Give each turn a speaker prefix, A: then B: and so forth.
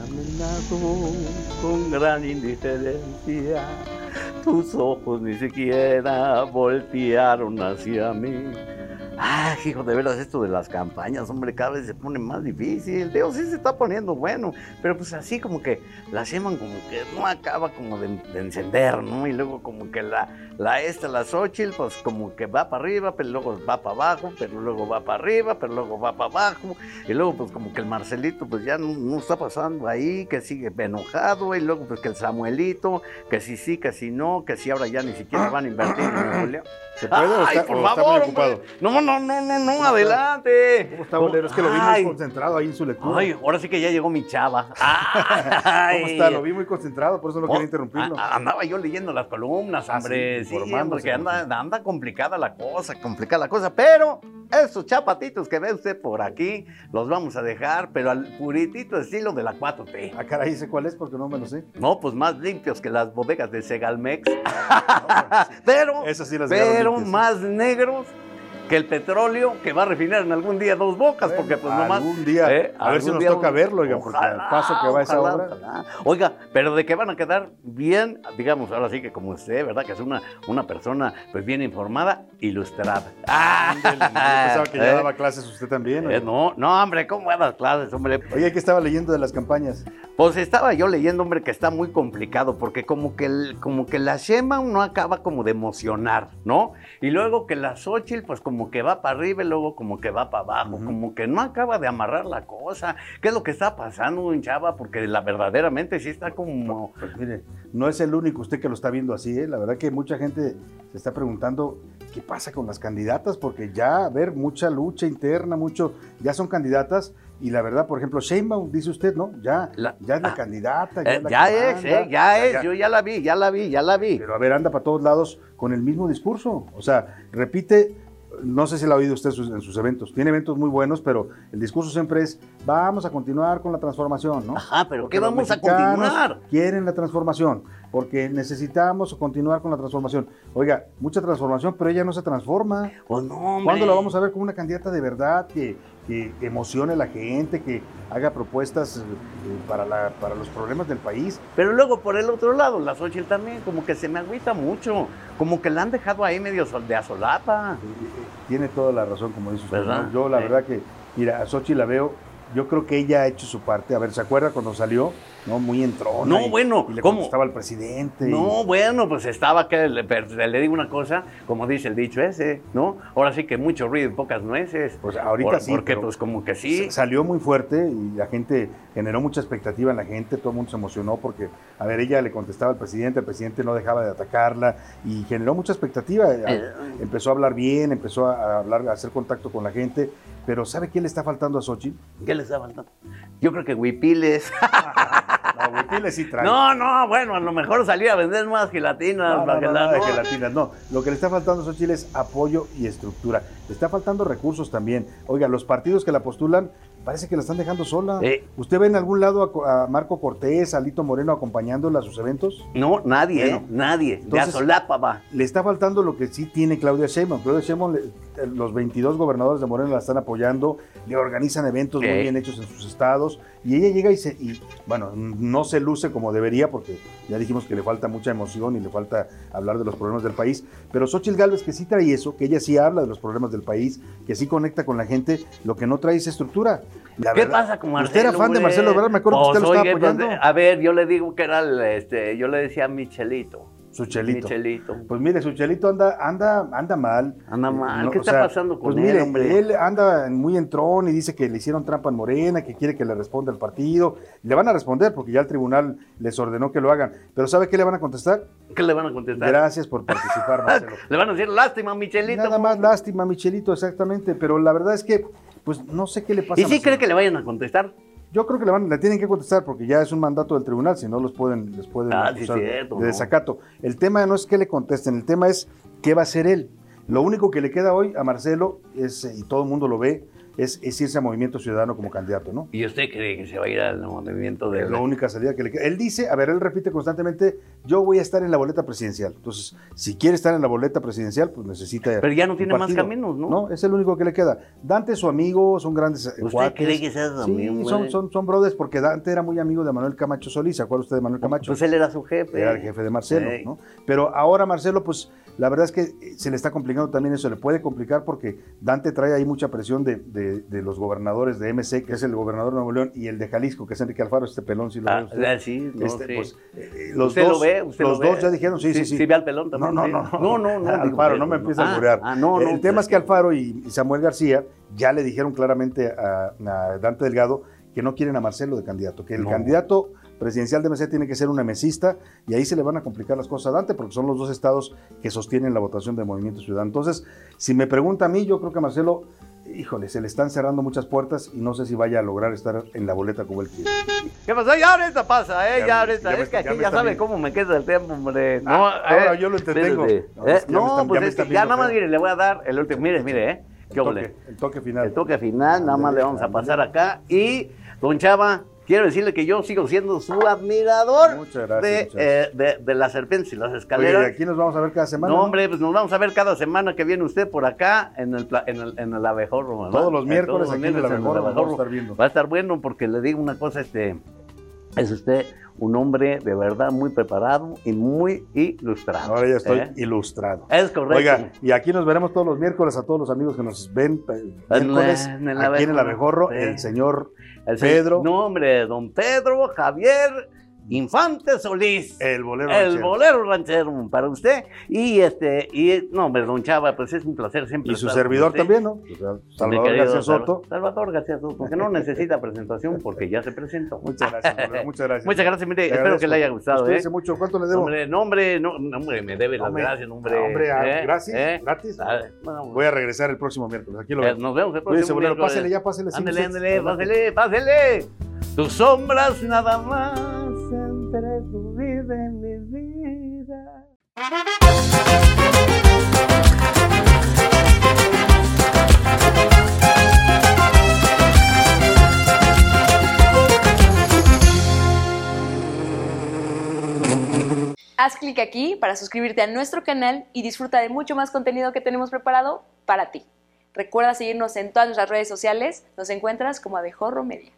A: amenazó con gran indiferencia. Tus ojos ni siquiera voltearon hacia mí. Ah, hijo, de veras, esto de las campañas, hombre, cada vez se pone más difícil. Dios sí se está poniendo bueno, pero pues así como que la seman como que no acaba como de, de encender, ¿no? Y luego como que la, la esta, la Xochitl, pues como que va para arriba, pero luego va para abajo, pero luego va para arriba, pero luego va para abajo. Y luego pues como que el Marcelito pues ya no, no está pasando ahí, que sigue enojado. Y luego pues que el Samuelito, que si sí, que si no, que si ahora ya ni siquiera van a invertir en Julio.
B: ¿Se puede o
A: Ay,
B: está-
A: por
B: o está muy
A: favor,
B: ocupado?
A: hombre. No, no, no, no, no, adelante.
B: ¿Cómo está, Bolero? Es que lo vi muy
A: Ay,
B: concentrado ahí en su lectura.
A: Ay, ahora sí que ya llegó mi chava.
B: ¿Cómo está? Lo vi muy concentrado, por eso no
A: Oh,
B: quería interrumpirlo.
A: a- a- andaba yo leyendo las columnas,
B: Ah,
A: hombre.
B: sí,
A: Sí,
B: informándose,
A: porque
B: hombre.
A: anda, anda complicada la cosa, complicada la cosa. Pero esos chapatitos que ve usted por aquí los vamos a dejar, pero al puritito estilo de la 4T.
B: Ah, caray, sé cuál es porque no me lo sé.
A: No, pues más limpios que las bodegas de Segalmex. pero
B: Esas sí las
A: pero
B: dejaron limpias.
A: más negros que el petróleo que va a refinar en algún día dos bocas,
B: Bueno,
A: porque pues nomás.
B: algún día,
A: ¿eh?
B: a ver si
A: Algún
B: nos
A: día
B: toca
A: un-
B: verlo, oiga, porque
A: Ojalá,
B: al paso que va esa
A: ojalá,
B: obra.
A: ojalá. Oiga, pero de que van a quedar bien, digamos, ahora sí que como usted, ¿verdad? Que es una, una persona pues bien informada, ilustrada. ¡Ah!
B: Ándele, no, yo pensaba que ya
A: ¿Eh?
B: daba clases usted también.
A: Eh,
B: Oye,
A: no, no, hombre, ¿cómo van las clases, hombre?
B: Oye, ¿qué estaba leyendo de las campañas?
A: Pues estaba yo leyendo, hombre, que está muy complicado, porque como que, el- como que la Sheinbaum no acaba como de emocionar, ¿no? Y luego que la Xochitl, pues como que va para arriba y luego como que va para abajo,
B: Ujú.
A: como que no acaba de amarrar la cosa. ¿Qué es lo que está pasando en Chava? Porque la verdaderamente sí está como...
B: Pues mire, no es el único usted que lo está viendo así, ¿eh? La verdad que mucha gente se está preguntando qué pasa con las candidatas, porque ya, a ver, mucha lucha interna, mucho, ya son candidatas. Y la verdad, por ejemplo, Sheinbaum, dice usted, ¿no? Ya,
A: La-
B: ya es la
A: ah,
B: candidata.
A: Eh,
B: es la
A: ya
B: que
A: es,
B: manda,
A: eh, ya es,
B: ya-
A: yo ya la vi, ya la vi, ya la vi.
B: Pero a ver, anda para todos lados con el mismo discurso. O sea, repite, no sé si lo ha oído usted sus- en sus eventos. Tiene eventos muy buenos, pero el discurso siempre es, vamos a continuar con la transformación, ¿no?
A: Ajá, pero
B: Porque
A: ¿qué
B: los
A: vamos a
B: mexicanos
A: continuar?
B: Quieren la transformación, porque necesitamos continuar con la transformación. Oiga, mucha transformación, pero ella no se transforma.
A: Pues no, hombre.
B: ¿Cuándo la vamos a ver como una candidata de verdad que, que emocione a la gente, que haga propuestas eh, eh, para, la- para los problemas del país?
A: Pero luego por el otro lado, la Xochitl también, como que se me agüita mucho, como que la han dejado ahí medio sol de azolapa.
B: Eh, eh, Tiene toda la razón, como dice usted.
A: ¿Verdad?
B: ¿no? Yo la
A: Sí.
B: verdad que, mira, a Sochi la veo, yo creo que ella ha hecho su parte. A ver, ¿se acuerda cuando salió? No, muy entrona.
A: No,
B: y-
A: bueno,
B: y le
A: ¿cómo?
B: contestaba al presidente. y-
A: No, bueno, pues estaba que le, pero le digo una cosa, como dice el dicho ese, ¿no? Ahora sí que mucho ruido y pocas nueces.
B: Pues ahorita
A: Por-
B: sí,
A: Porque
B: pero-
A: pues como que sí.
B: S- Salió muy fuerte y la gente generó mucha expectativa en la gente, todo el mundo se emocionó porque, a ver, ella le contestaba al presidente, el presidente no dejaba de atacarla y generó mucha expectativa. A-
A: Eh,
B: Empezó a hablar bien, empezó a a hablar, a hacer contacto con la gente, pero ¿sabe qué le está faltando a Sochi?
A: ¿Qué les está faltando? Yo creo que huipiles.
B: No, güey, ¿qué le sí trae?
A: No, no, bueno, a lo mejor salir a vender más
B: No,
A: gelatinas.
B: no, no,
A: bajelar-
B: nada de
A: no.
B: gelatinas, no. Lo que le está faltando a Xochitl es apoyo y estructura. Le está faltando recursos también. Oiga, los partidos que la postulan parece que la están dejando sola.
A: Eh.
B: ¿Usted ve en algún lado a Co- a, Marco Cortés, a Lito Moreno acompañándola a sus eventos?
A: No, nadie,
B: Bueno,
A: ¿eh? Nadie. de
B: entonces-
A: azolapa va.
B: Le está faltando lo que sí tiene Claudia Sheinbaum. Claudia Sheinbaum, le- eh, los 22 gobernadores de Moreno la están apoyando, le organizan eventos muy
A: Eh.
B: bien hechos en sus estados y ella llega y, se, y, bueno, no se luce como debería porque ya dijimos que le falta mucha emoción y le falta hablar de los problemas del país, pero Xochitl Gálvez que sí trae eso, que ella sí habla de los problemas del país, que sí conecta con la gente, lo que no trae es estructura. La
A: ¿Qué
B: verdad,
A: pasa con Marcelo?
B: Usted era fan de
A: güey?
B: Marcelo Ebrard, me acuerdo que
A: Pues,
B: usted lo estaba
A: oye, pues,
B: apoyando.
A: a ver, yo le digo que era, el, este, yo le decía Michelito.
B: Su chelito.
A: Michelito.
B: Pues mire, su chelito anda, anda, anda mal.
A: Anda
B: Eh,
A: mal. ¿Qué
B: o
A: está pasando con
B: pues
A: él,
B: mire,
A: hombre?
B: Él anda muy entrón y dice que le hicieron trampa en Morena, que quiere que le responda el partido. Le van a responder porque ya el tribunal les ordenó que lo hagan. Pero ¿sabe qué le van a contestar?
A: ¿Qué le van a contestar?
B: Gracias por participar, Marcelo.
A: Le van a decir, lástima, Michelito.
B: Nada más lástima, Michelito, exactamente. Pero la verdad es que, pues no sé qué le pasa.
A: ¿Y
B: a
A: sí
B: Marcelo.
A: cree que le vayan a contestar?
B: Yo creo que le, van, le tienen que contestar porque ya es un mandato del tribunal, si no los pueden, les pueden
A: Ah, sí,
B: acusar
A: cierto,
B: de
A: ¿no?
B: desacato. El tema no es que le contesten, el tema es qué va a hacer él. Lo único que le queda hoy a Marcelo es, eh, y todo el mundo lo ve, es, es irse a Movimiento Ciudadano como candidato, ¿no?
A: ¿Y usted cree que se va a ir al movimiento de
B: Es la única salida que le queda. Él dice, a ver, él repite constantemente, yo voy a estar en la boleta presidencial. Entonces, si quiere estar en la boleta presidencial, pues necesita...
A: Pero ya no
B: un
A: tiene más
B: partido.
A: caminos, ¿no?
B: No, es el único que le queda. Dante es su amigo, son grandes
A: ¿Usted cree que sea eh? su amigo,
B: Sí,
A: güey?
B: son, son, son brothers porque Dante era muy amigo de Manuel Camacho Solís. ¿Se acuerda usted de Manuel Camacho?
A: Pues él era su jefe.
B: era el jefe de Marcelo,
A: Sí.
B: ¿no? Pero ahora Marcelo, pues la verdad es que eh, se le está complicando también eso, le puede complicar porque Dante trae ahí mucha presión de, de- de los gobernadores de MC, que es el gobernador de Nuevo León, y el de Jalisco, que es Enrique Alfaro, este pelón, si lo ve
A: Ah,
B: usted.
A: ah, sí, no,
B: Este,
A: sí.
B: pues, eh, los
A: ¿Usted
B: dos,
A: lo ve? ¿Usted lo
B: los
A: ve?
B: dos ya dijeron, sí, sí, sí.
A: ve al pelón también.
B: No,
A: sí.
B: no,
A: no,
B: no,
A: no, no,
B: Alfaro,
A: digo,
B: no me empieza a
A: ah,
B: alburear.
A: Ah, no, no.
B: El tema es que Alfaro y y Samuel García ya le dijeron claramente a, a Dante Delgado que no quieren a Marcelo de candidato, que el
A: No.
B: candidato presidencial de MC tiene que ser un mesista y ahí se le van a complicar las cosas a Dante porque son los dos estados que sostienen la votación del Movimiento Ciudadano. Entonces, si me pregunta a mí, yo creo que a Marcelo, híjole, se le están cerrando muchas puertas y no sé si vaya a lograr estar en la boleta como él quiere.
A: ¿Qué pasó? Ya ahorita pasa, ¿eh? Ya,
B: Ya me-
A: ahorita.
B: ya me-
A: es que
B: ya
A: aquí
B: me
A: ya
B: está
A: sabe
B: viendo.
A: cómo me queda el tiempo, hombre. No,
B: Ah, ahora
A: eh,
B: yo lo entretengo.
A: espérate. Eh,
B: No, es que ya me
A: No,
B: están-
A: pues
B: ya me
A: es que
B: están
A: ya
B: viendo
A: nada más,
B: feo.
A: mire, le voy a dar el último. Mire, mire, ¿eh? ¿Qué
B: el,
A: ole?
B: toque, el toque final.
A: El toque final, nada más le vamos a pasar acá. Y, don Chava, quiero decirle que yo sigo siendo su admirador
B: Muchas gracias,
A: de,
B: muchachos.
A: eh, de, de las serpientes y las
B: Oye,
A: escaleras.
B: ¿y aquí nos vamos a ver cada semana.
A: no,
B: no?
A: hombre, pues nos vamos a ver cada semana que viene usted por acá en el, pla- en el, en el abejorro. ¿verdad?
B: Todos los
A: Eh,
B: miércoles aquí en el
A: miércoles
B: Abejorro nos vamos a estar viendo.
A: Va a estar bueno porque le digo una cosa, este, es usted un hombre de verdad muy preparado y muy ilustrado.
B: Ahora ya estoy
A: ¿eh?
B: ilustrado.
A: Es correcto.
B: Oiga, y aquí nos veremos todos los miércoles a todos los amigos que nos ven eh,
A: En
B: miércoles
A: la- Pues, en el
B: aquí en el
A: Abejorro.
B: Abejorro,
A: Sí.
B: el señor
A: El se-
B: Pedro.
A: No, hombre, don Pedro Javier Infante Solís.
B: el bolero.
A: El
B: Eh, ranchero.
A: bolero ranchero para usted. Y este, y no, hombre, don Chava, pues es un placer siempre.
B: Y su
A: estar con
B: servidor
A: usted.
B: también, ¿no? O sea,
A: Mi
B: Salvador
A: querido
B: García
A: Salva-
B: Soto.
A: Salvador García Soto, que no necesita presentación porque ya se presentó.
B: Muchas gracias, Salvador, muchas gracias.
A: Muchas gracias, mire,
B: Te
A: espero que
B: agradezco.
A: le haya gustado.
B: Usted
A: ¿eh?
B: dice mucho. ¿Cuánto le debo?
A: Hombre, no, hombre, no, no, hombre, me debe las
B: Hombre,
A: gracias, hombre.
B: hombre, ah,
A: ¿eh?
B: gracias,
A: ¿eh?
B: gratis.
A: Ah, bueno,
B: Voy a regresar el próximo miércoles. Aquí lo
A: eh,
B: veo.
A: nos vemos el próximo
B: Cuídese, bolero.
A: miércoles.
B: Pásele ya, pásele. sí,
A: Ándele,
B: sí,
A: ándele, pásele,
B: adelante.
A: pásele. Tus sombras nada más entre tu vida y mi vida.
C: Haz clic aquí para suscribirte a nuestro canal y disfruta de mucho más contenido que tenemos preparado para ti. Recuerda seguirnos en todas nuestras redes sociales, nos encuentras como Abejorro Media.